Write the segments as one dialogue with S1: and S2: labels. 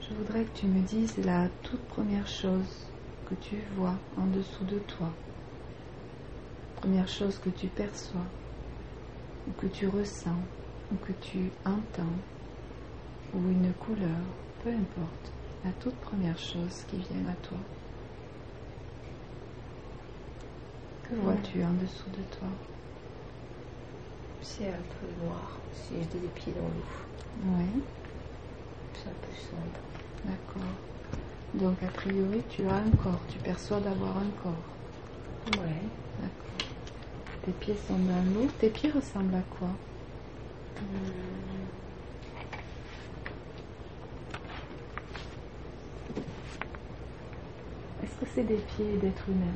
S1: Je voudrais que tu me dises la toute première chose que tu vois en dessous de toi, première chose que tu perçois, ou que tu ressens, ou que tu entends, ou une couleur, peu importe, la toute première chose qui vient à toi. Que vois-tu en dessous de toi
S2: C'est un peu noir. Si j'étais des pieds dans l'eau,
S1: Oui,
S2: c'est un peu sombre.
S1: d'accord. Donc a priori, tu as un corps, tu perçois d'avoir un corps.
S2: Ouais.
S1: D'accord. Tes pieds sont dans l'eau. Tes pieds ressemblent à quoi
S2: Hmm,
S1: Est-ce que c'est des pieds d'être humain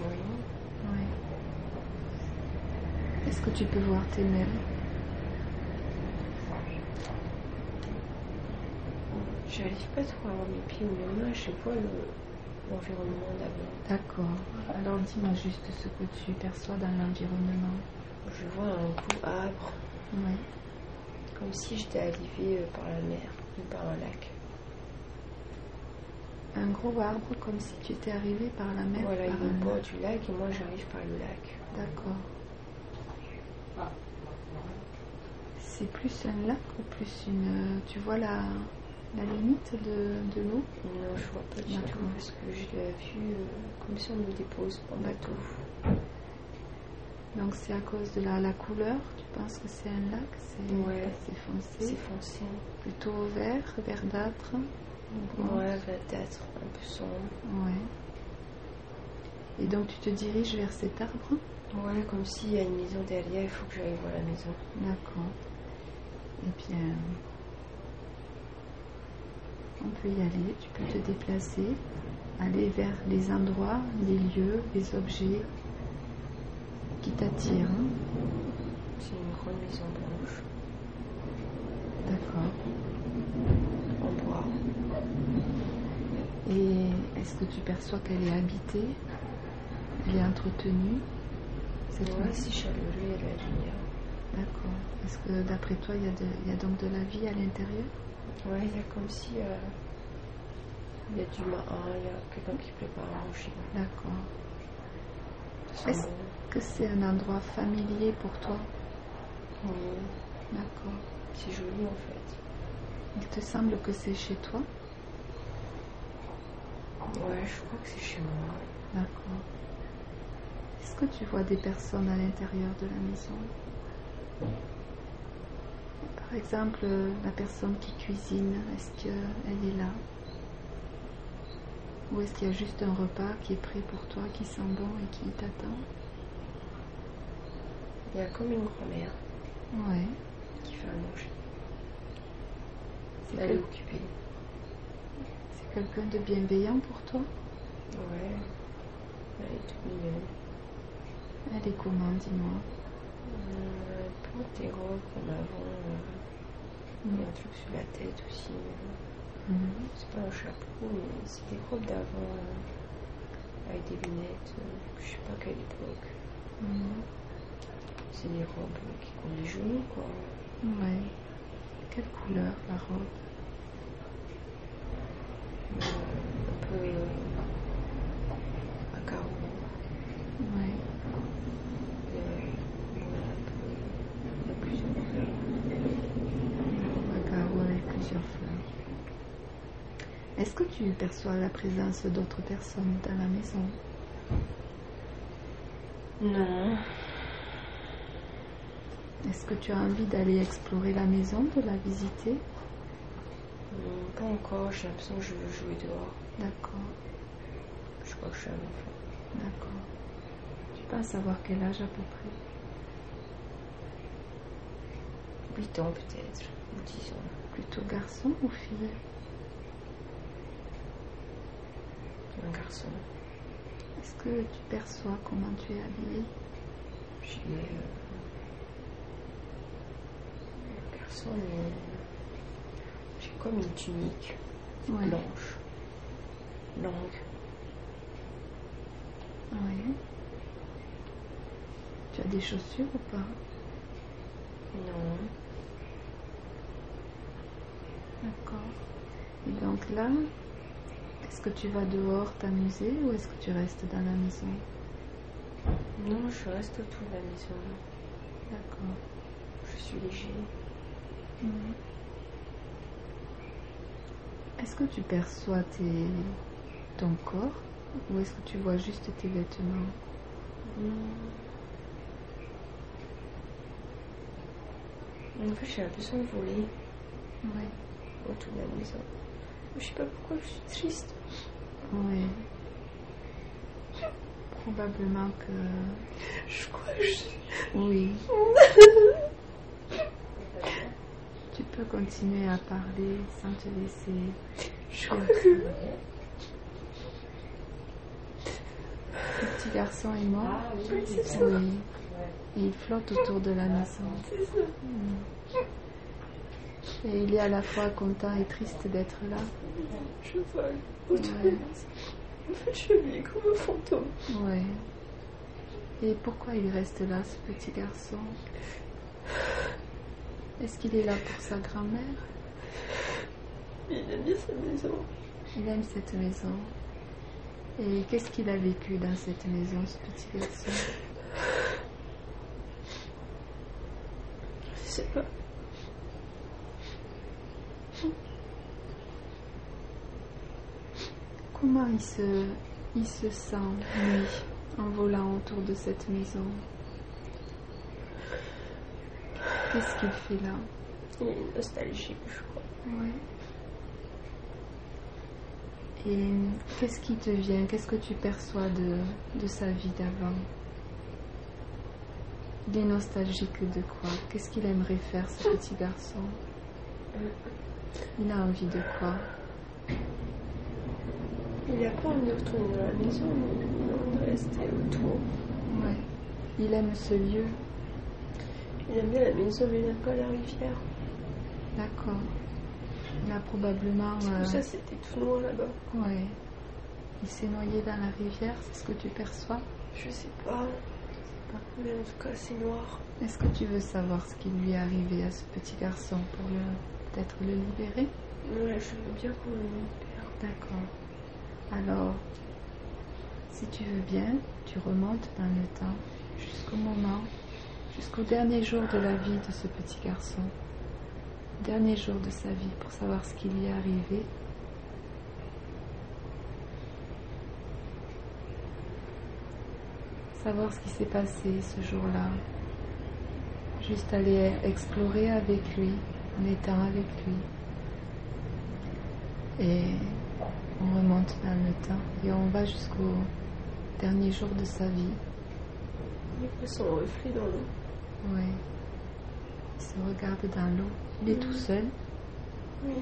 S2: Oui.
S1: Oui. Est-ce que tu peux voir tes mains
S2: J'arrive pas trop à voir mes pieds ou mes mains, je sais pas le- l'environnement d'abord.
S1: D'accord. Alors dis-moi juste ce que tu perçois dans l'environnement.
S2: Je vois un bout arbre,
S1: Oui.
S2: comme si j'étais arrivée euh, par la mer ou par un lac.
S1: Un gros arbre comme si tu étais arrivé par la mer.
S2: Voilà,
S1: par
S2: il est au
S1: un-
S2: bord du lac et moi j'arrive par le lac.
S1: D'accord. C'est plus un lac ou plus une. euh, Tu vois la, la limite de, de l'eau
S2: Non, je vois pas du tout
S1: D'accord.
S2: parce que je l'ai vu euh, comme si on me dépose en bateau.
S1: Donc c'est à cause de la, la couleur. Tu penses que c'est un lac C'est
S2: Ouais.
S1: c'est foncé.
S2: C'est foncé.
S1: Plutôt vert, verdâtre. ou brun.
S2: Ouais, peut-être un peu sombre.
S1: Ouais. Et donc tu te diriges vers cet arbre hein?
S2: Ouais, comme s'il y a une maison derrière, il faut que j'aille voir la maison.
S1: D'accord. Eh bien, on peut y aller. Tu peux te déplacer, aller vers les endroits, les lieux, les objets qui t'attirent. hein?
S2: C'est une grande maison blanche,
S1: D'accord.
S2: en bois.
S1: Et est-ce que tu perçois qu'elle est habitée Elle est entretenue C'est
S2: Ouais, c'est chaleureux, il y a de la lumière.
S1: D'accord. Est-ce que d'après toi, il y, a de- il y a donc de la vie à l'intérieur
S2: Ouais, il y a comme si euh, il y a du marin, il y a quelqu'un qui prépare à manger.
S1: D'accord.
S2: Ça
S1: Est-ce-
S2: sent
S1: Que c'est un endroit familier pour toi
S2: bon.
S1: D'accord.
S2: Oui, c'est joli en fait.
S1: Il te semble que c'est chez toi
S2: Ouais, je crois que c'est chez moi.
S1: D'accord. Est-ce que tu vois des personnes à l'intérieur de la maison Par exemple, euh, la personne qui cuisine, est-ce qu'elle est là Ou est-ce qu'il y a juste un repas qui est prêt pour toi, qui sent bon et qui t'attend
S2: Il y a comme une grand-mère
S1: Ouais.
S2: qui fait à manger.
S1: C'est
S2: Elle est
S1: quel-
S2: occupée.
S1: c'est quelqu'un de bienveillant pour toi
S2: Ouais. Elle est toute mignonne.
S1: Elle est comment, dis-moi
S2: Euh, Pas des robes comme avant. euh, Il y a un truc sur la tête aussi. euh,
S1: Mhm.
S2: C'est pas un chapeau, mais c'est des robes d'avant euh, avec des lunettes. euh, Je sais pas quelle époque.
S1: Mhm.
S2: C'est des robes qui ont des genoux, quoi.
S1: Ouais. Quelle couleur la robe
S2: Euh, un peu euh, à carreaux.
S1: Ouais.
S2: Euh, voilà, un peu- il y a plusieurs couleurs.
S1: Un carreau avec plusieurs fleurs. Est-ce que tu perçois la présence d'autres personnes dans la maison
S2: Non.
S1: Est-ce que tu as envie d'aller explorer la maison, de la visiter
S2: non, Pas encore, j'ai l'impression que je veux jouer dehors.
S1: D'accord,
S2: Je crois que je suis un enfant.
S1: d'accord. Tu penses avoir quel âge à peu près
S2: 8 ans peut-être, ou 10 ans.
S1: Plutôt garçon ou fille
S2: Un garçon.
S1: Est-ce que tu perçois comment tu es habillée
S2: J'ai. euh, Un garçon, mais. J'ai comme une tunique
S1: Oui.
S2: blanche, longue.
S1: Tu as des chaussures ou pas
S2: Non.
S1: Et donc là, est-ce que tu vas dehors t'amuser ou est-ce que tu restes dans la maison
S2: Non, je reste autour de la maison.
S1: D'accord.
S2: Je suis léger.
S1: Mhm. Est-ce que tu perçois tes... ton corps ou est-ce que tu vois juste tes vêtements
S2: En fait, j'ai l'impression de voler
S1: Oui.
S2: autour de la maison. Je sais pas pourquoi je suis triste.
S1: Oui. Probablement que.
S2: Je crois que je...
S1: Oui. tu peux continuer à parler sans te laisser.
S2: Je
S1: crois
S2: que...
S1: Le petit garçon est mort.
S3: Ah
S2: oui, c'est ça.
S1: Oui. Et il flotte autour de la maison.
S2: C'est ça.
S1: Et il est à la fois content et triste d'être là.
S2: Je vole autour de la maison. En fait, je suis habillée comme un fantôme.
S1: Ouais. Et pourquoi il reste là, ce petit garçon Est-ce qu'il est là pour sa grand-mère
S2: Il a mis sa maison.
S1: Il aime cette maison. Et qu'est-ce qu'il a vécu dans cette maison, ce petit garçon
S2: Je sais pas.
S1: Comment il se, il se sent, lui, en volant autour de cette maison Qu'est-ce qu'il fait là
S2: Il est nostalgique, je crois.
S1: Ouais. Et qu'est-ce qui te vient Qu'est-ce que tu perçois de, de sa vie d'avant Il est nostalgique de quoi Qu'est-ce qu'il aimerait faire, ce petit garçon Il a envie de quoi
S2: Il a pas envie de retourner dans la maison, mais il a envie de rester autour.
S1: Ouais. Il aime ce lieu,
S2: Il aime bien la maison, mais il n'aime pas la rivière.
S1: d'accord. Il a probablement.
S2: Tout
S1: euh,
S2: ça, c'était tout noir là-bas.
S1: ouais. Il s'est noyé dans la rivière, c'est ce que tu perçois
S2: Je sais pas.
S1: pas.
S2: Mais en tout cas, c'est noir.
S1: Est-ce que tu veux savoir ce qui lui est arrivé à ce petit garçon pour le peut-être le libérer
S2: Ouais, je veux bien qu'on le libère.
S1: D'accord. Alors, si tu veux bien, tu remontes dans le temps jusqu'au moment, jusqu'au dernier jour de la vie de ce petit garçon. Dernier jour de sa vie pour savoir ce qui lui est arrivé. Savoir ce qui s'est passé ce jour-là. Juste aller explorer avec lui, en étant avec lui. Et on remonte dans le temps et on va jusqu'au dernier jour de sa vie.
S2: Il fait son reflet dans l'eau.
S1: Ouais. Il se regarde dans l'eau. Il est tout seul.
S2: Oui.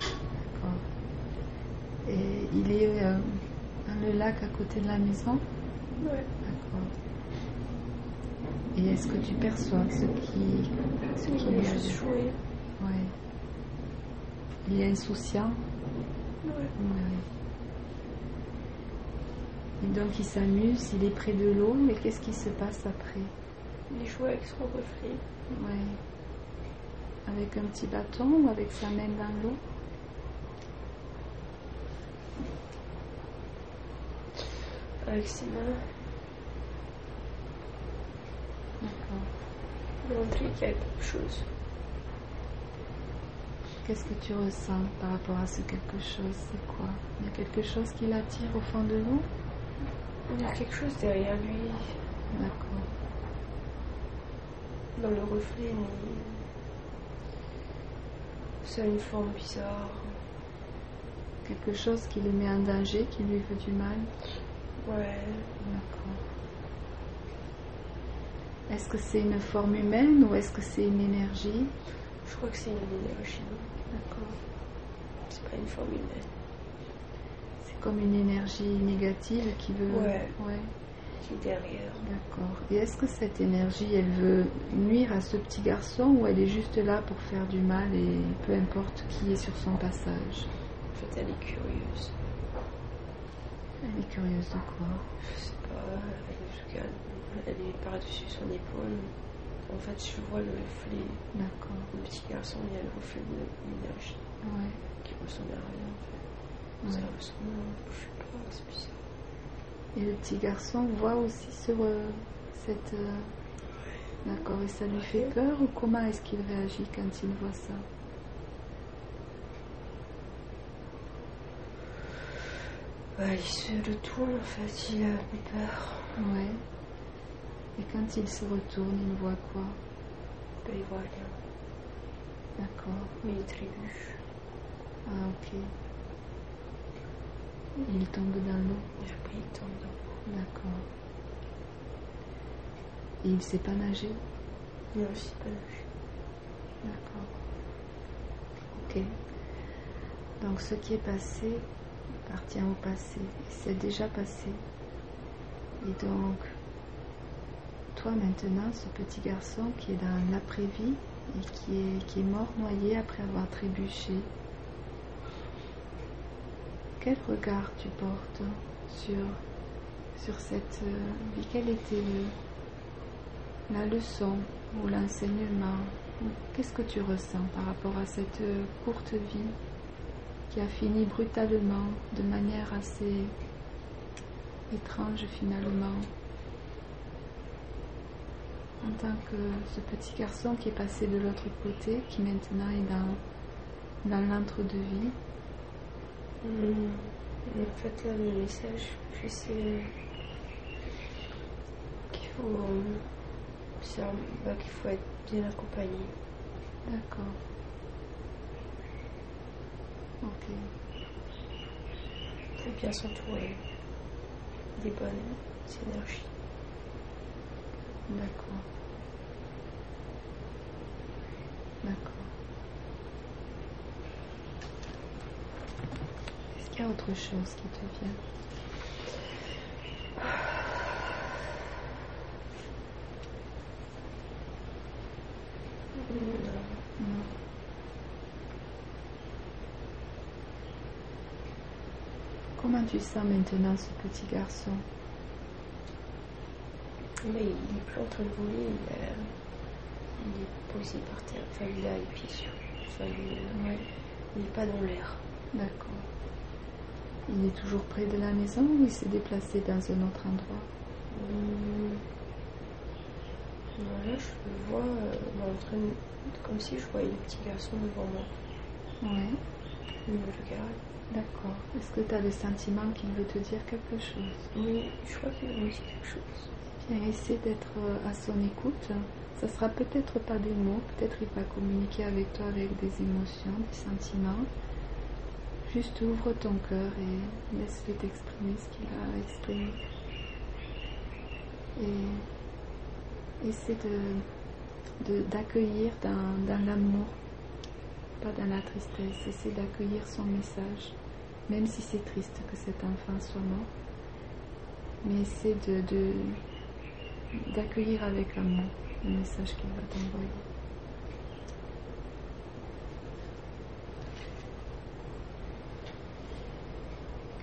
S1: D'accord. Et il est euh, dans le lac à côté de la maison.
S2: Ouais.
S1: D'accord. Et est-ce que tu perçois ce qui.
S2: C'est qu'il a juste joué.
S1: Ouais. Il est insouciant.
S2: Ouais.
S1: Ouais, ouais. Et donc il s'amuse, il est près de l'eau, mais qu'est-ce qui se passe après
S2: Il jouait avec son reflet.
S1: Ouais. Avec un petit bâton ou avec sa main dans l'eau
S2: Avec ses mains.
S1: D'accord.
S2: Montrer qu'il y a quelque chose.
S1: Qu'est-ce que tu ressens par rapport à ce quelque chose C'est quoi Il y a quelque chose qui l'attire au fond de l'eau
S2: Il y a quelque chose derrière lui.
S1: D'accord.
S2: Dans le reflet, mais. Ça a une forme bizarre.
S1: Quelque chose qui le met en danger, qui lui veut du mal
S2: Ouais.
S1: D'accord. Est-ce que c'est une forme humaine ou est-ce que c'est une énergie
S2: Je crois que c'est une énergie.
S1: D'accord.
S2: C'est pas une forme humaine.
S1: C'est comme une énergie négative qui veut.
S2: Ouais.
S1: Ouais,
S2: Qui est derrière.
S1: D'accord. Et est-ce que cette énergie, elle veut nuire à ce petit garçon ou elle est juste là pour faire du mal et peu importe qui est sur son passage
S2: En fait, elle est curieuse.
S1: Elle est curieuse de quoi
S2: Je sais pas, elle regarde, elle est par-dessus son épaule. En fait, je vois le reflet
S1: D'accord.
S2: du petit gars. versant, il y a le reflet de l'énergie
S1: ouais.
S2: qui ressemble à rien en fait. Ça
S1: ouais.
S2: ressemble à... Je sais pas, c'est bizarre.
S1: Et le petit garçon voit aussi sur euh, cette. euh, D'accord, et ça lui fait peur ou comment est-ce qu'il réagit quand il voit ça
S2: Bah, il se retourne en fait, il a peur.
S1: Ouais. Et quand il se retourne, il voit quoi
S2: Bah, il voit rien,
S1: D'accord.
S2: mais il trébuche.
S1: Ah, ok. Il tombe dans l'eau.
S2: Et après, il tombe dans
S1: D'accord. Et il sait pas nager
S2: Il a aussi euh, pas vu.
S1: D'accord. Ok. Donc ce qui est passé appartient au passé. Et C'est déjà passé. Et donc, toi maintenant, ce petit garçon qui est dans l'après-vie et qui est, qui est mort noyé après avoir trébuché, quel regard tu portes sur, sur cette euh, vie Quelle était le- la leçon ou l'enseignement Qu'est-ce que tu ressens par rapport à cette euh, courte vie qui a fini brutalement, de manière assez étrange finalement En tant que ce petit garçon qui est passé de l'autre côté, qui maintenant est dans, dans l'entre-deux-vie,
S2: Hmm. En fait, là, le message, puis c'est euh, qu'il faut, euh, c'est un- bah, qu'il faut être bien accompagné.
S1: d'accord. Ok,
S2: Il faut bien s'entourer des bonnes énergies.
S1: d'accord. D'accord. Est-ce qu'il y a autre chose qui te vient Non. Comment tu sens maintenant ce petit garçon
S2: Mais il est plus en train de voler, il, a- il est posé par terre. Enfin, il a les pieds sur. Enfin, il
S1: Oui.
S2: il n'est pas dans l'air.
S1: D'accord. Il est toujours près de la maison ou il s'est déplacé dans un autre endroit
S2: Hmm. Non, Là, je le vois euh, en train de- comme si je voyais le petit garçon devant moi.
S1: Oui.
S2: Il me regarde.
S1: D'accord. Est-ce que tu as le sentiment qu'il veut te dire quelque chose
S2: Oui, je crois qu'il me dit quelque chose.
S1: Bien, essaie d'être euh, à son écoute. Ça sera peut-être pas des mots, peut-être il va communiquer avec toi avec des émotions, des sentiments. Juste ouvre ton cœur et laisse-le t'exprimer ce qu'il a à exprimer. Et essaie de, de- d'accueillir dans, dans l'amour, pas dans la tristesse. Essaie d'accueillir son message, même si c'est triste que cet enfant soit mort. Mais essaie de- de, d'accueillir avec amour le message qu'il va t'envoyer.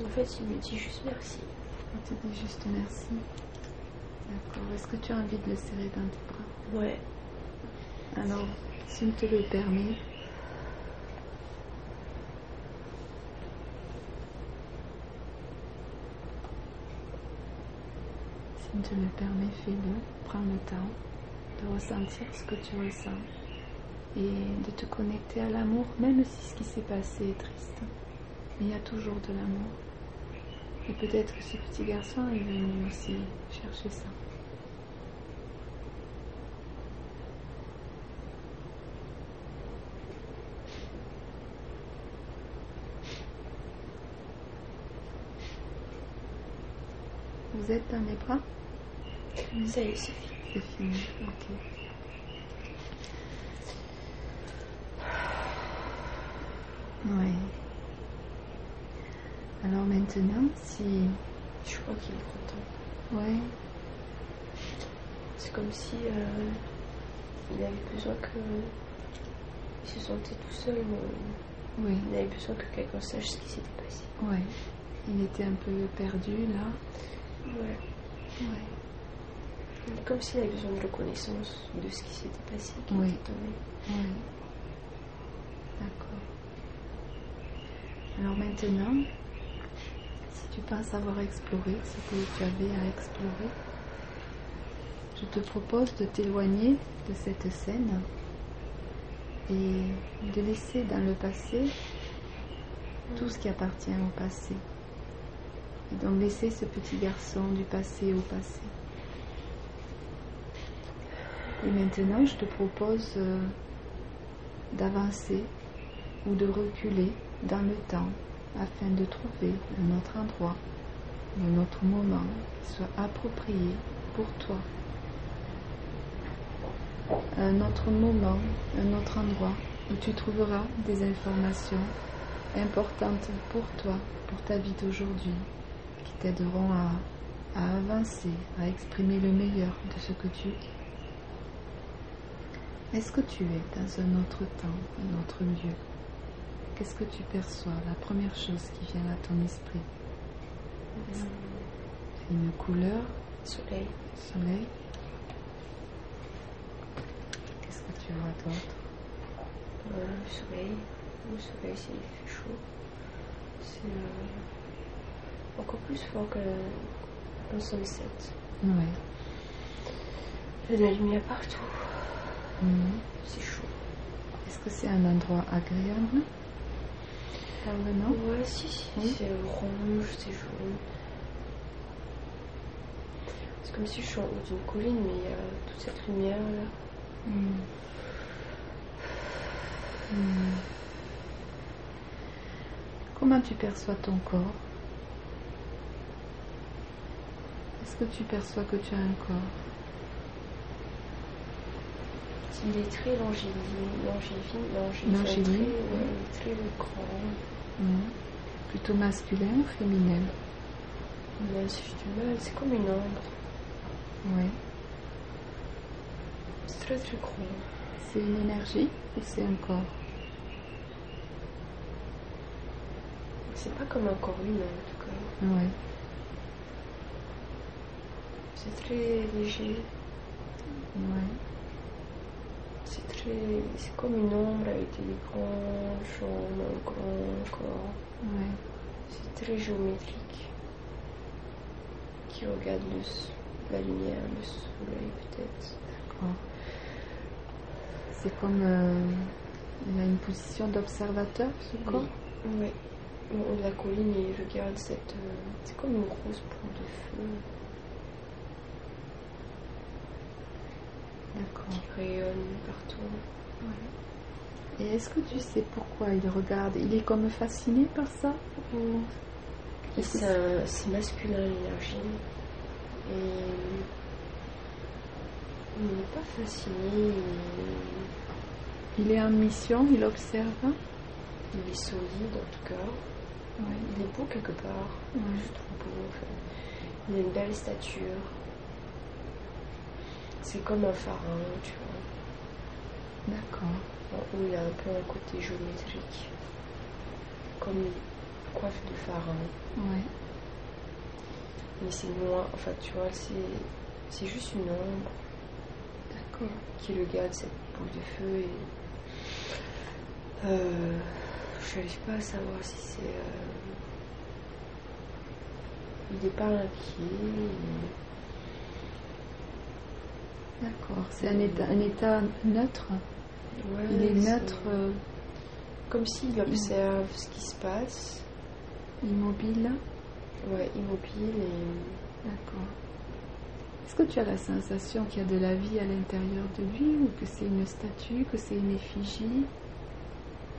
S2: En fait, il me dit juste merci.
S1: Il te dit juste merci. D'accord. Est-ce que tu as envie de le serrer dans tes bras
S2: Ouais.
S1: Alors, s'il te le permet, s'il te le permet, fais-le. Prends le temps de ressentir ce que tu ressens et de te connecter à l'amour, même si ce qui s'est passé est triste. Mais il y a toujours de l'amour. Et peut-être que ce petit garçon est venu aussi chercher ça. Vous êtes dans les bras
S2: Ça y est, c'est fini.
S1: C'est fini, ok. Oui. Alors maintenant, si...
S2: Je crois qu'il est content.
S1: Ouais,
S2: C'est comme si euh, il avait besoin que. Il se sentait tout seul, mais
S1: oui,
S2: il avait besoin que quelqu'un sache ce qui s'était passé.
S1: ouais. Il était un peu perdu là.
S2: Ouais.
S1: Ouais.
S2: Comme s'il avait besoin de reconnaissance de ce qui s'était passé, qui
S1: Oui.
S2: était tombé.
S1: Oui. Alors maintenant, si tu penses avoir exploré ce que tu avais à explorer, je te propose de t'éloigner de cette scène et de laisser dans le passé tout ce qui appartient au passé. Et donc laisser ce petit garçon du passé au passé. Et maintenant, je te propose euh, d'avancer ou de reculer dans le temps afin de trouver un autre endroit, un autre moment qui soit approprié pour toi. Un autre moment, un autre endroit où tu trouveras des informations importantes pour toi, pour ta vie d'aujourd'hui, qui t'aideront à, à avancer, à exprimer le meilleur de ce que tu es. Est-ce que tu es dans un autre temps, un autre lieu Qu'est-ce que tu perçois La première chose qui vient à ton esprit, c'est une couleur,
S2: Soleil.
S1: soleil. Qu'est-ce que tu vois d'autre
S2: Euh, le soleil. Le soleil, c'est il fait chaud. C'est euh, encore plus fort que le sunset.
S1: Oui.
S2: Il y a de la lumière partout. C'est chaud.
S1: Mm. Est-ce que c'est un endroit agréable Parvenant
S2: Ouais, si, si,
S1: Oui.
S2: c'est orange, c'est jaune. C'est comme si je suis en haut d'une colline, mais il y a toute cette lumière là.
S1: Mm. Mm. Comment tu perçois ton corps Est-ce que tu perçois que tu as un corps
S2: Il est très longévine, longévine, longévine.
S1: Longévine,
S2: très,
S1: oui.
S2: ouais, il est très grand.
S1: Mm. Plutôt masculin ou féminin
S2: Mais si j'ai du mal, c'est comme une ombre.
S1: Oui.
S2: C'est très très grand.
S1: C'est une énergie ou c'est un corps
S2: C'est pas comme un corps humain en tout cas.
S1: Oui.
S2: C'est très léger.
S1: Oui.
S2: C'est très. C'est comme une ombre avec des grands jambes, un grand corps.
S1: Oui.
S2: C'est très géométrique. Qui regarde le, s- la lumière, le soleil peut-être.
S1: D'accord. C'est comme. euh, il a une position d'observateur, ce corps
S2: Oui. Au haut de la colline, il regarde cette. euh, c'est comme une grosse boule de feu
S1: D'accord.
S2: qui rayonne partout.
S1: Et est-ce que tu sais pourquoi il regarde Il est comme fasciné par ça ou-
S2: Et
S1: Est-ce que
S2: c'est un- c'est masculin l'énergie. Et. Il n'est pas fasciné, il,
S1: Il est en mission, il observe
S2: il est solide en tout cas.
S1: Oui.
S2: Il est beau quelque part. Je trouve beau, enfin, Il a une belle stature. C'est comme un pharaon, tu vois.
S1: D'accord.
S2: En haut, il a un peu un côté géométrique. Comme une coiffe de pharaon.
S1: Oui.
S2: Mais c'est noir. Enfin, tu vois, c'est, c'est juste une ombre
S1: D'accord.
S2: qui regarde cette boule de feu et. Euh, je n'arrive pas à savoir si c'est. euh, Il n'est pas inquiet. il-
S1: D'accord. C'est un état, un état neutre.
S2: Ouais,
S1: Il est
S2: c'est-
S1: neutre, Mm. euh,
S2: Comme s'il observe ce qui se passe,
S1: immobile.
S2: ouais, immobile et.
S1: D'accord. Est-ce que tu as la sensation qu'il y a de la vie à l'intérieur de lui ou que c'est une statue, que c'est une effigie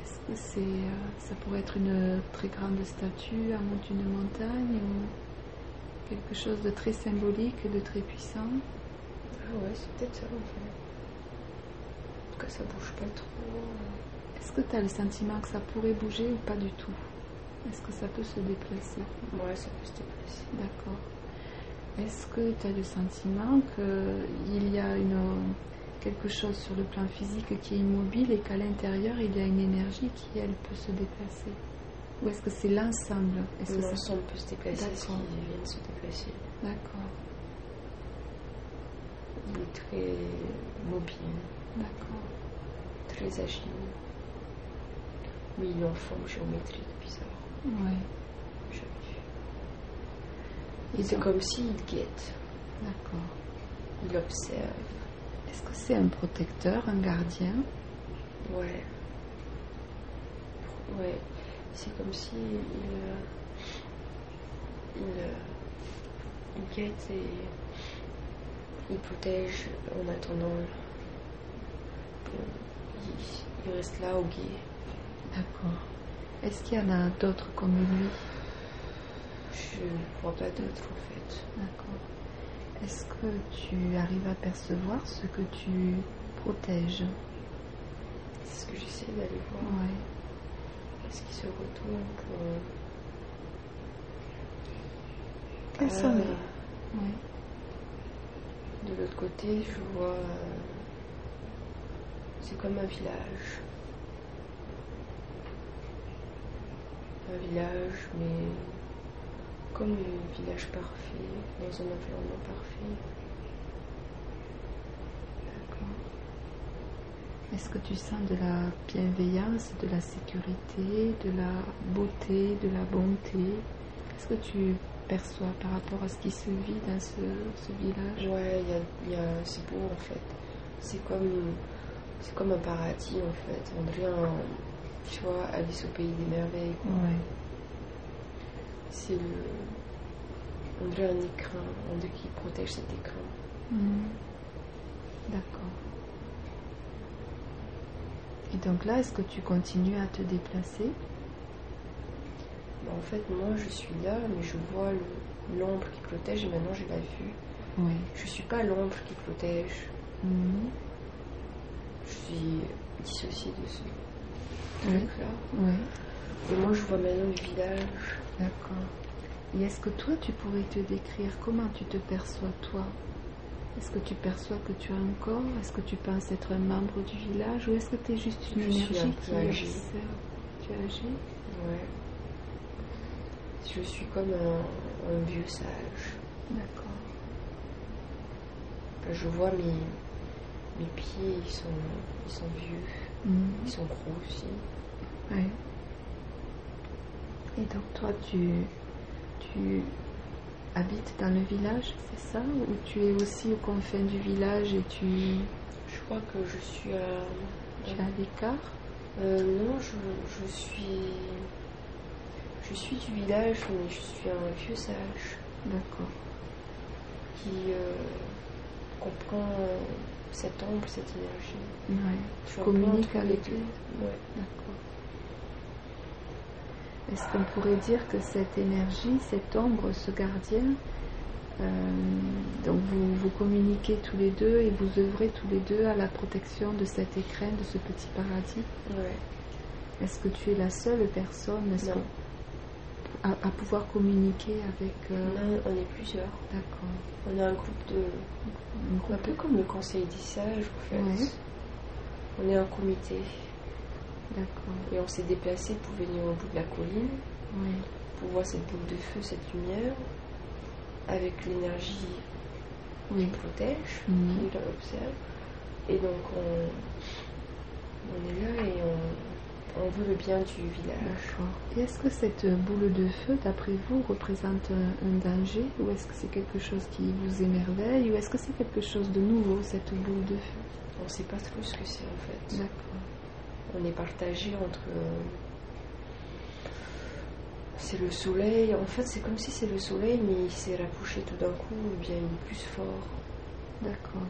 S1: Est-ce que c'est, euh, ça pourrait être une très grande statue en haut d'une montagne ou quelque chose de très symbolique, de très puissant
S2: Ah ouais, c'est peut-être ça en fait. En tout cas, ça bouge pas trop.
S1: Est-ce que tu as le sentiment que ça pourrait bouger ou pas du tout Est-ce que ça peut se déplacer
S2: Ouais, ça peut se déplacer.
S1: D'accord. Est-ce que tu as le sentiment qu'il y a une, quelque chose sur le plan physique qui est immobile et qu'à l'intérieur, il y a une énergie qui, elle, peut se déplacer Ou est-ce que c'est l'ensemble Est-ce que c'est-
S2: L'ensemble peut se déplacer, ce qui
S1: D'accord.
S2: vient de se déplacer.
S1: D'accord,
S2: Il est très mobile,
S1: d'accord,
S2: très agile. Mais il est en forme géométrique bizarre.
S1: Ouais.
S2: Je-
S1: Et
S2: C'est
S1: donc-
S2: comme s'il guette,
S1: D'accord.
S2: il observe.
S1: Est-ce que c'est un protecteur, un gardien
S2: Ouais. Ouais. C'est comme si il, euh, il, euh, il guette et il protège en attendant. Euh, Il, il reste là au guet.
S1: D'accord. Est-ce qu'il y en a d'autres comme lui
S2: Je ne vois pas d'autre en fait.
S1: D'accord. Est-ce que tu arrives à percevoir ce que tu protèges
S2: C'est ce que j'essaie d'aller voir.
S1: Ouais.
S2: Est-ce qu'il se retourne pour. euh,
S1: Personne.
S2: Ah,
S1: Euh, Ouais.
S2: De l'autre côté, je vois. euh, C'est comme un village. Un village, mais comme un village parfait, dans un environnement parfait.
S1: D'accord. Est-ce que tu sens de la bienveillance, de la sécurité, de la beauté, de la bonté Qu'est-ce que tu perçois par rapport à ce qui se vit dans ce, ce village
S2: Ouais, il y a, il y a- c'est beau en fait. C'est comme, c'est comme un paradis en fait. On devient, tu vois, Alice au pays des merveilles. quoi.
S1: Ouais.
S2: C'est le, on dirait un écrin, on dirait qu'il protège cet écrin.
S1: Mhm. D'accord. Et donc là, est-ce que tu continues à te déplacer
S2: Bah, En fait, moi je suis là, mais je vois le- l'ombre qui protège et maintenant j'ai la vue.
S1: Oui.
S2: Je suis pas l'ombre qui protège,
S1: Mm.
S2: je suis dissociée de ce
S1: Oui.
S2: truc-là.
S1: Oui.
S2: Et moi je vois maintenant le village.
S1: D'accord. Et est-ce que toi, tu pourrais te décrire comment tu te perçois, toi Est-ce que tu perçois que tu as un corps Est-ce que tu penses être un membre du village Ou est-ce que tu es juste une
S2: Je suis
S1: énergie
S2: un-
S1: qui
S2: agit.
S1: observe Tu agis
S2: Ouais. Je suis comme un, un vieux sage.
S1: D'accord.
S2: Enfin, Je vois mes, mes pieds, ils sont, ils sont vieux, ils sont gros aussi.
S1: Ouais. Et donc toi, tu, tu habites dans le village, c'est ça Ou tu es aussi aux confins du village et tu,
S2: Je crois que je suis à.
S1: tu es à l'écart
S2: Euh, non, je, je suis. Je suis du village, mais je suis un vieux sage
S1: D'accord.
S2: qui euh, comprend euh, cette ombre, cette énergie.
S1: Ouais.
S2: Je suis
S1: Tu
S2: un peu
S1: communiques
S2: entre les
S1: avec
S2: deux.
S1: lui
S2: Ouais.
S1: D'accord. Est-ce qu'on pourrait dire que cette énergie, cette ombre, ce gardien, euh, donc vous, vous communiquez tous les deux et vous œuvrez tous les deux à la protection de cet écrin, de ce petit paradis
S2: Ouais.
S1: Est-ce que tu es la seule personne est-ce
S2: Non.
S1: que- à, à pouvoir communiquer avec... euh,
S2: Non, on est plusieurs.
S1: D'accord.
S2: On a un groupe de.
S1: Un
S2: Un
S1: groupe-
S2: peu comme le conseil des sages, en fait.
S1: Ouais.
S2: On est un comité
S1: D'accord.
S2: et on s'est déplacé pour venir au bout de la colline,
S1: Oui.
S2: pour voir cette boule de feu, cette lumière, avec l'énergie
S1: Oui.
S2: qui protège,
S1: Mhm.
S2: qui l'observe. Et donc on, on est là et on, on veut le bien du village.
S1: D'accord. Et est-ce que cette boule de feu, d'après vous, représente un, un danger Ou est-ce que c'est quelque chose qui vous émerveille Ou est-ce que c'est quelque chose de nouveau, cette boule de feu
S2: On ne sait pas trop ce que c'est en fait.
S1: D'accord.
S2: On est partagé entre. euh, C'est le soleil. En fait, c'est comme si c'est le soleil, mais il s'est rapproché tout d'un coup, ou bien il est plus fort.
S1: D'accord.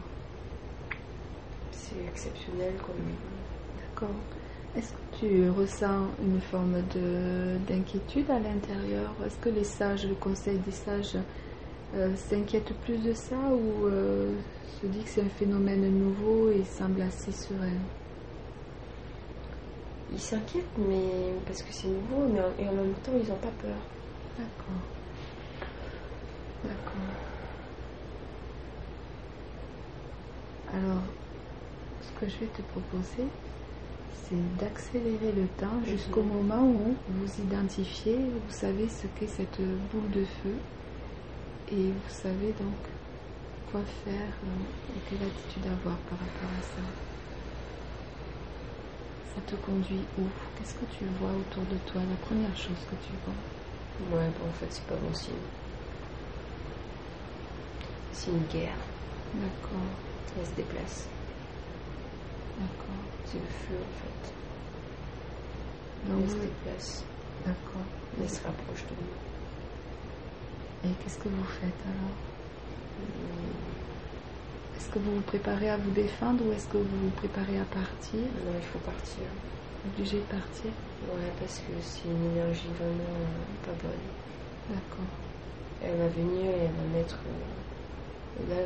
S2: C'est exceptionnel comme.
S1: D'accord. Est-ce que tu ressens une forme de- d'inquiétude à l'intérieur Est-ce que les sages, le conseil des sages, euh, s'inquiète plus de ça ou euh, se dit que c'est un phénomène nouveau et semble assez serein
S2: Ils s'inquiètent, mais parce que c'est nouveau, mais en- et en même temps, ils n'ont pas peur.
S1: D'accord. D'accord. Alors, ce que je vais te proposer, c'est d'accélérer le temps jusqu'au
S2: Mhm.
S1: moment où vous identifiez, vous savez ce qu'est cette boule de feu et vous savez donc quoi faire euh, et quelle attitude avoir par rapport à ça. Elle te conduit où Qu'est-ce que tu vois autour de toi La première chose que tu vois.
S2: Ouais, bon, en fait, c'est pas bon signe. C'est une guerre.
S1: D'accord,
S2: Elle se déplace.
S1: d'accord.
S2: C'est le feu, en fait.
S1: Donc,
S2: Elle se déplace.
S1: D'accord.
S2: Elle se rapproche de nous.
S1: Et qu'est-ce que vous faites alors
S2: Mm.
S1: Est-ce que vous vous préparez à vous défendre ou est-ce que vous vous préparez à partir
S2: Non, il faut partir.
S1: Obligé de partir
S2: Ouais, parce que c'est une énergie vraiment euh, pas bonne.
S1: D'accord.
S2: Elle va venir et elle va mettre... euh, et Là,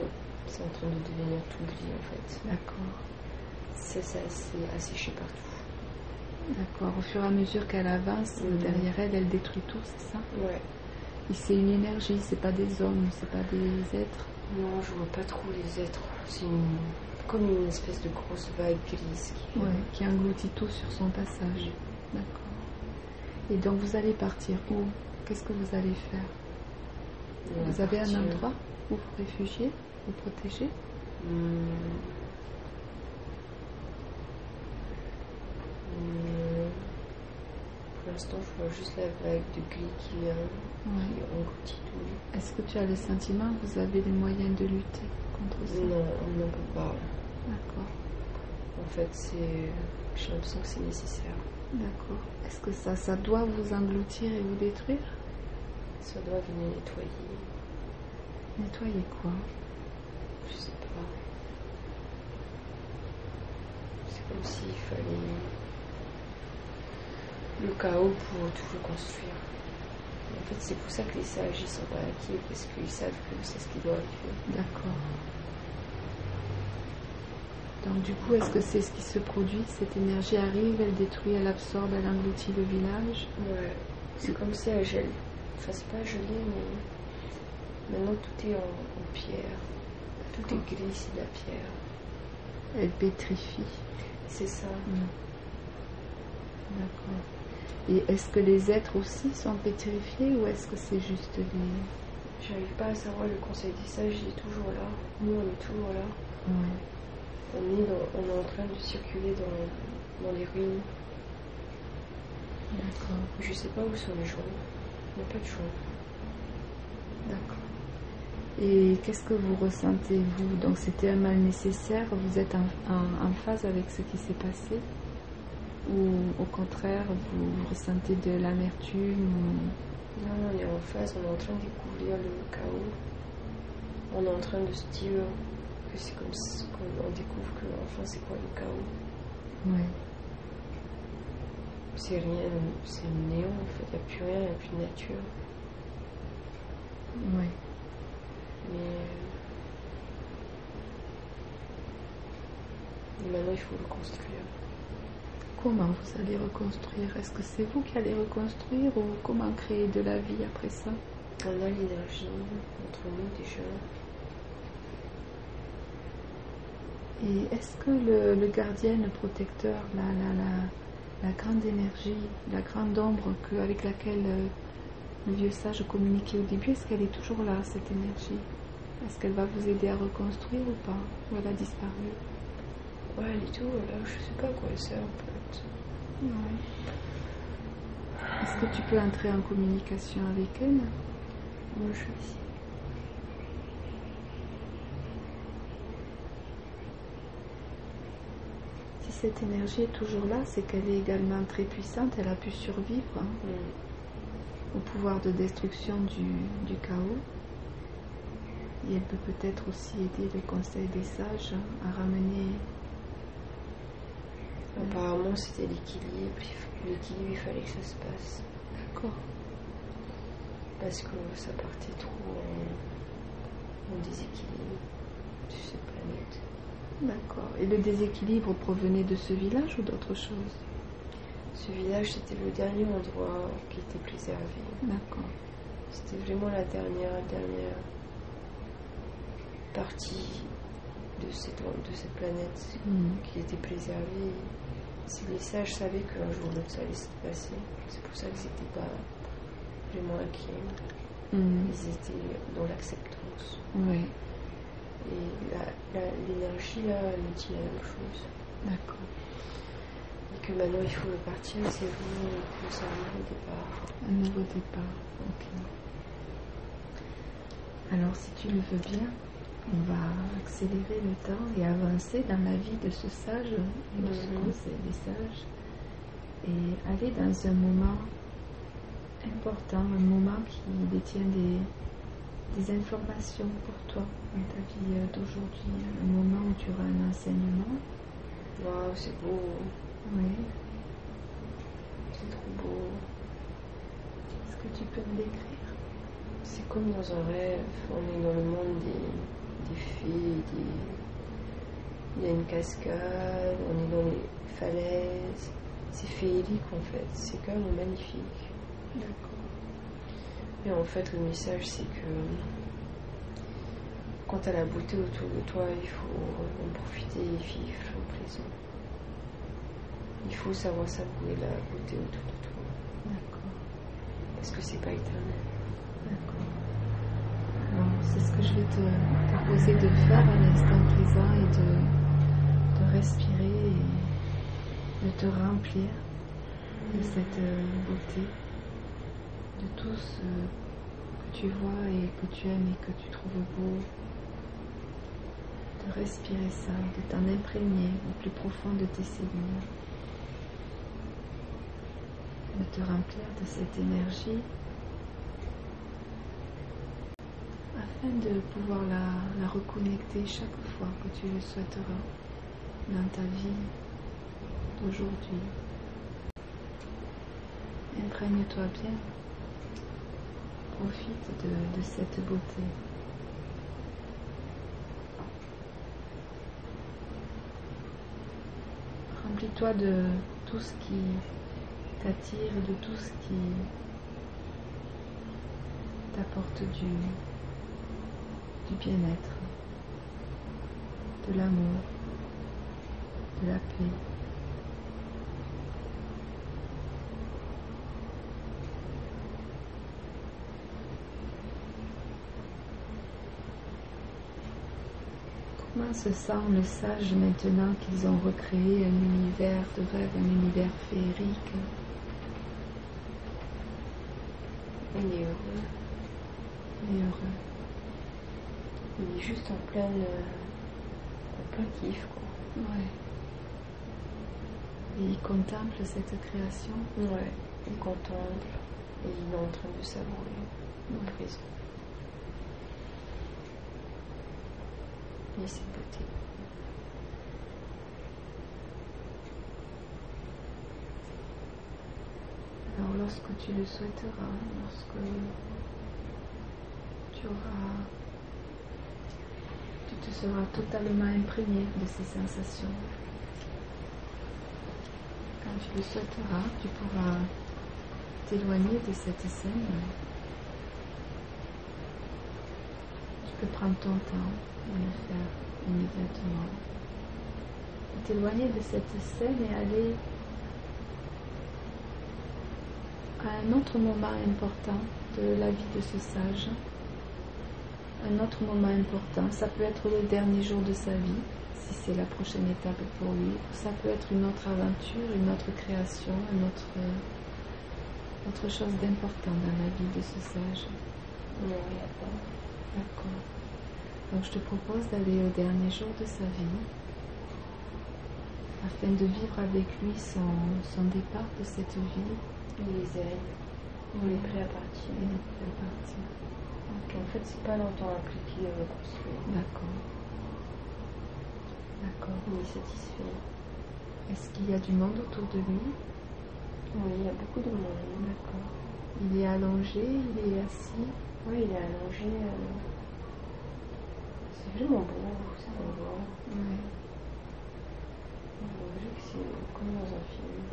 S2: c'est en train de devenir tout gris, en fait.
S1: D'accord.
S2: Ça, ça s'est asséché partout.
S1: D'accord. Au fur et à mesure qu'elle avance,
S2: Mhm.
S1: derrière elle, elle détruit tout, c'est ça
S2: Ouais.
S1: Et C'est une énergie, c'est pas des hommes, c'est pas des êtres.
S2: Non, je vois pas trop les êtres. C'est une- comme une espèce de grosse vague grise qui...
S1: Ouais, qui engloutit tout sur son passage. D'accord. Et donc vous allez partir où Qu'est-ce que vous allez faire
S2: On va
S1: Vous avez un
S2: partir.
S1: endroit où vous réfugiez, vous protégez
S2: Hmm. Hmm. Pour l'instant, je vois juste la vague de gris qui vient, qui
S1: Ouais.
S2: engloutit tout.
S1: Est-ce que tu as le sentiment que vous avez les moyens de lutter contre ça
S2: Non, on n'en peut pas.
S1: D'accord,
S2: En fait, c'est. J'ai l'impression que c'est nécessaire.
S1: d'accord. Est-ce que ça, ça doit vous engloutir et vous détruire
S2: Ça doit venir nettoyer.
S1: Nettoyer quoi
S2: Je sais pas. C'est comme s'il fallait le chaos pour tout reconstruire. En fait, c'est pour ça que les sages ils sont pas inquiets parce qu'ils savent que c'est ce qu'ils doivent faire.
S1: D'accord. Donc du coup, est-ce que c'est ce qui se produit Cette énergie arrive, elle détruit, elle absorbe, elle engloutit le village
S2: Ouais. C'est comme si elle gèle. Enfin, c'est pas gelé, mais maintenant tout est en, en pierre. Tout est gris, c'est de la pierre.
S1: Elle pétrifie.
S2: C'est ça.
S1: D'accord. Et est-ce que les êtres aussi sont pétrifiés ou est-ce que c'est juste des...
S2: J'arrive pas à savoir le conseil des sages, il est toujours là. Nous, on est toujours là.
S1: Ouais.
S2: On est, dans- on est en train de circuler dans, dans les ruines.
S1: D'accord.
S2: Je sais pas où sont les gens. Il n'y a pas de gens.
S1: D'accord. Et qu'est-ce que vous ressentez, vous Donc c'était un mal nécessaire, vous êtes en, en- en phase avec ce qui s'est passé Ou au contraire, vous, vous ressentez de l'amertume
S2: Là, on est en phase, on est en train de découvrir le chaos. On est en train de se dire que c'est comme si qu'on- on découvre que enfin c'est quoi le chaos.
S1: ou- Ouais.
S2: C'est rien, c'est le néant en fait. Il n'y a plus rien, il n'y a plus de nature.
S1: Ouais.
S2: Mais. euh, mais maintenant, il faut le construire.
S1: Comment vous allez reconstruire Est-ce que c'est vous qui allez reconstruire ou comment créer de la vie après ça
S2: On a l'énergie entre nous déjà.
S1: Et est-ce que le, le gardien, le protecteur, la, la, la, la grande énergie, la grande ombre que, avec laquelle euh, le vieux sage communiquait au début, est-ce qu'elle est toujours là, cette énergie Est-ce qu'elle va vous aider à reconstruire ou pas Ou elle a disparu
S2: Ouais, les tout, là, je sais pas à quoi elle sert en fait.
S1: Est-ce que tu peux entrer en communication avec elle
S2: Moi, je vais essayer.
S1: Si cette énergie est toujours là, c'est qu'elle est également très puissante, elle a pu survivre hein,
S2: Hmm.
S1: au pouvoir de destruction du, du chaos. Et elle peut peut-être aussi aider le conseil des sages hein, à ramener.
S2: Apparemment, c'était l'équilibre. il f- L'équilibre, il fallait que ça se passe.
S1: D'accord.
S2: Parce que ça partait trop en, en déséquilibre sur cette planète.
S1: D'accord. Et le déséquilibre provenait de ce village ou d'autre chose
S2: Ce village, c'était le dernier endroit qui était préservé.
S1: D'accord.
S2: C'était vraiment la dernière, dernière partie de cette, de cette planète
S1: Hmm.
S2: qui était préservée. Si les sages savaient qu'un jour ou l'autre, ça allait se passer, c'est pour ça que c'était pas vraiment inquiet.
S1: Hmm.
S2: Ils étaient dans l'acceptance.
S1: Oui.
S2: Et la- la- l'énergie, là, elle nous dit la même chose.
S1: D'accord.
S2: Et que maintenant il faut le partir, c'est vous, et que c'est un nouveau départ.
S1: Un nouveau départ. Ok. Alors, si tu le veux bien, on va accélérer le temps et avancer dans la vie de ce sage, de ce
S2: Mhm.
S1: conseil des sages, et aller dans un moment important, un moment qui détient des, des informations pour toi dans ta vie euh, d'aujourd'hui, un moment où tu auras un enseignement.
S2: Waouh, c'est beau,
S1: Oui.
S2: c'est trop beau.
S1: Est-ce que tu peux me décrire
S2: C'est comme dans un rêve, on est dans le monde des, des fées, des- il y a une cascade, on est dans les falaises. C'est féerique en fait, c'est quand même magnifique.
S1: D'accord.
S2: Et en fait, le message, c'est que quand t'as la beauté autour de toi, il faut en profiter et vivre en présent. Il faut savoir savourer la beauté autour de toi,
S1: D'accord.
S2: parce que c'est pas éternel.
S1: D'accord. Alors, c'est ce que je vais te proposer de faire à l'instant présent et de, de respirer et de te remplir de cette euh, beauté, de tout ce que tu vois et que tu aimes et que tu trouves beau. De respirer ça, de t'en imprégner au plus profond de tes cellules. De te remplir de cette énergie afin de pouvoir la, la reconnecter chaque fois que tu le souhaiteras dans ta vie d'aujourd'hui. Imprègne-toi bien, profite de, de cette beauté. Remplis-toi de tout ce qui t'attire, de tout ce qui t'apporte du, du bien-être, de l'amour, de la paix. Comment se sent le sage maintenant qu'ils ont recréé un univers de rêve, un univers féerique
S2: Il est heureux,
S1: et heureux
S2: il est juste en plein, en plein kiff. Quoi.
S1: Ouais. Et ils contemplent cette création
S2: Ouais, il contemple, et il est en train de savourer le présent. Et cette beauté.
S1: Alors lorsque tu le souhaiteras, lorsque tu auras, tu te seras totalement imprégné de ces sensations. Quand tu le souhaiteras, tu pourras t'éloigner de cette scène. Tu peux prendre ton temps et le faire immédiatement. T'éloigner de cette scène et aller à un autre moment important de la vie de ce sage. Un autre moment important, ça peut être le dernier jour de sa vie, si c'est la prochaine étape pour lui. Ça peut être une autre aventure, une autre création, une autre, euh, autre chose d'important dans la vie de ce sage.
S2: Non, il n'y a pas.
S1: D'accord. Donc je te propose d'aller au dernier jour de sa vie afin de vivre avec lui son, son départ de cette vie.
S2: Il les aime, il est prêt à partir.
S1: Il est prêt à partir.
S2: Donc, en fait, c'est pas longtemps après qu'il est reconstruit.
S1: D'accord. D'accord.
S2: Il est satisfait.
S1: Est-ce qu'il y a du monde autour de lui
S2: Oui, il y a beaucoup de monde.
S1: D'accord. Il est allongé, il est assis.
S2: Oui, il est allongé. euh, C'est vraiment beau, ça on voit.
S1: Ouais.
S2: On dirait que c'est comme dans un film.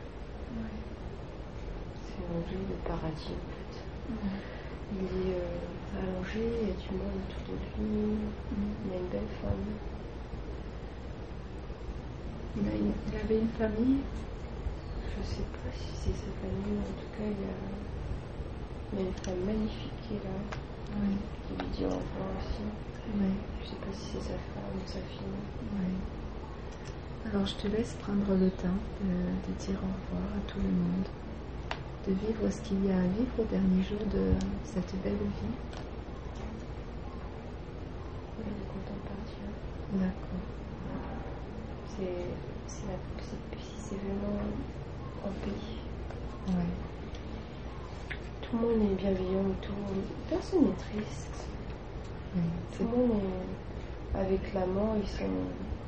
S2: C'est un lieu de paradis, en fait. Il est euh, allongé, il y a du monde autour de lui. Il y a une belle femme.
S1: Il, a une- il avait une famille
S2: Je sais pas si c'est sa famille, en tout cas, il y a, il y a une femme magnifique qui est là,
S1: Oui.
S2: qui lui dit au revoir aussi.
S1: Oui.
S2: Je sais pas si c'est sa femme ou sa fille.
S1: oui. Alors je te laisse prendre le temps de, de dire au revoir à tout le monde, de vivre ce qu'il y a à vivre au dernier jour de cette belle vie.
S2: On est content de partir.
S1: D'accord.
S2: C'est c'est la- c'est- c'est vraiment un pays.
S1: Ouais.
S2: Tout le monde est bienveillant, tout le monde. Personne n'est triste.
S1: Ouais.
S2: Tout le
S1: C'est-
S2: monde est avec l'amant, ils sont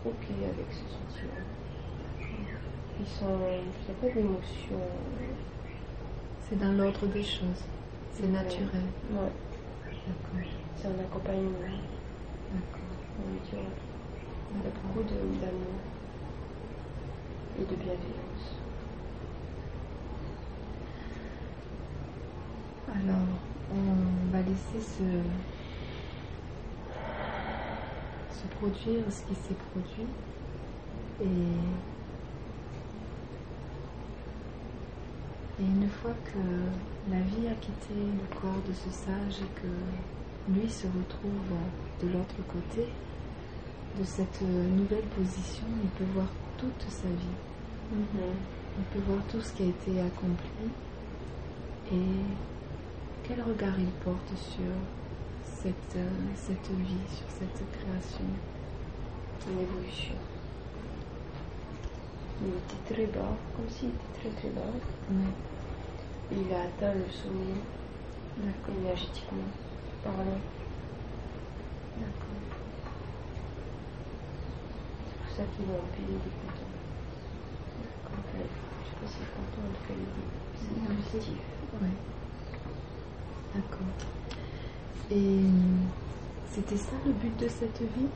S2: ok avec ce sentiment. Ils sont, il n'y a pas d'émotion.
S1: C'est dans l'ordre des choses. C'est
S2: Ouais.
S1: naturel.
S2: Ouais,
S1: D'accord.
S2: c'est un accompagnement.
S1: D'accord.
S2: On veut dire, il y a
S1: D'accord.
S2: beaucoup de- d'amour et de bienveillance.
S1: Alors, on va laisser se, se produire ce qui s'est produit et, et une fois que la vie a quitté le corps de ce sage et que lui se retrouve de l'autre côté de cette nouvelle position, il peut voir toute sa vie. On peut voir tout ce qui a été accompli et quel regard il porte sur cette, euh, cette vie, sur cette création.
S2: une évolution. Il était très bas, comme s'il était très très bas.
S1: Ouais,
S2: Il a atteint le sommet
S1: d'accord,
S2: énergétiquement parlant.
S1: d'accord.
S2: C'est pour ça qu'il est en paix, il est content. Quand elle- Je sais pas si c'est content, en tout cas, il est-
S1: Oui.
S2: c'est positif.
S1: Ouais. D'accord. Et euh, c'était ça le but de cette vie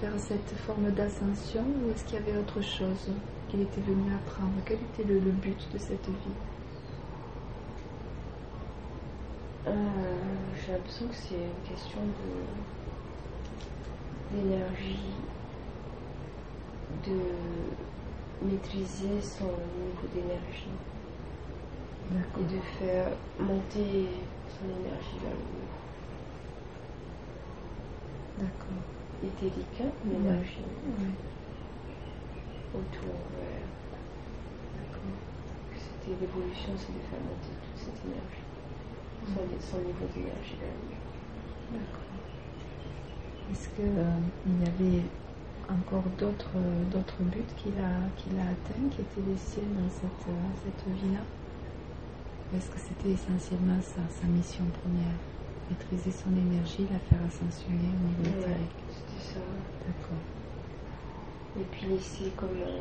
S1: Faire cette forme d'ascension ou est-ce qu'il y avait autre chose qu'il était venu apprendre Quel était le, le but de cette vie
S2: Euh, J'ai l'impression que c'est une question de d'énergie, de maîtriser son niveau d'énergie. et
S1: D'accord.
S2: de faire monter son énergie vers le
S1: D'accord.
S2: haut. Et délicat,
S1: Ouais.
S2: l'énergie
S1: Ouais,
S2: autour. voilà.
S1: d'accord.
S2: C'était l'évolution, c'est de faire monter toute cette énergie, son, son niveau d'énergie vers le haut.
S1: D'accord. Est-ce que euh, il y avait encore d'autres euh, d'autres buts qu'il a qu'il a atteints, qui étaient les siens dans cette, euh, cette vie-là Ou Est-ce que c'était essentiellement ça, sa mission première Maîtriser son énergie, la faire ascensionner au niveau
S2: Ouais,
S1: éthérique.
S2: C'était ça.
S1: D'accord.
S2: Et puis laisser comme. euh,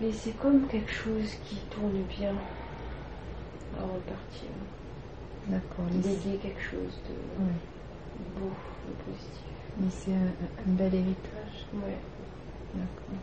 S2: laisser comme quelque chose qui tourne bien avant de partir.
S1: D'accord. Laisser,
S2: Déléguer quelque chose de
S1: ouais.
S2: beau, de positif.
S1: Laisser un, un bel héritage.
S2: Ouais.
S1: D'accord.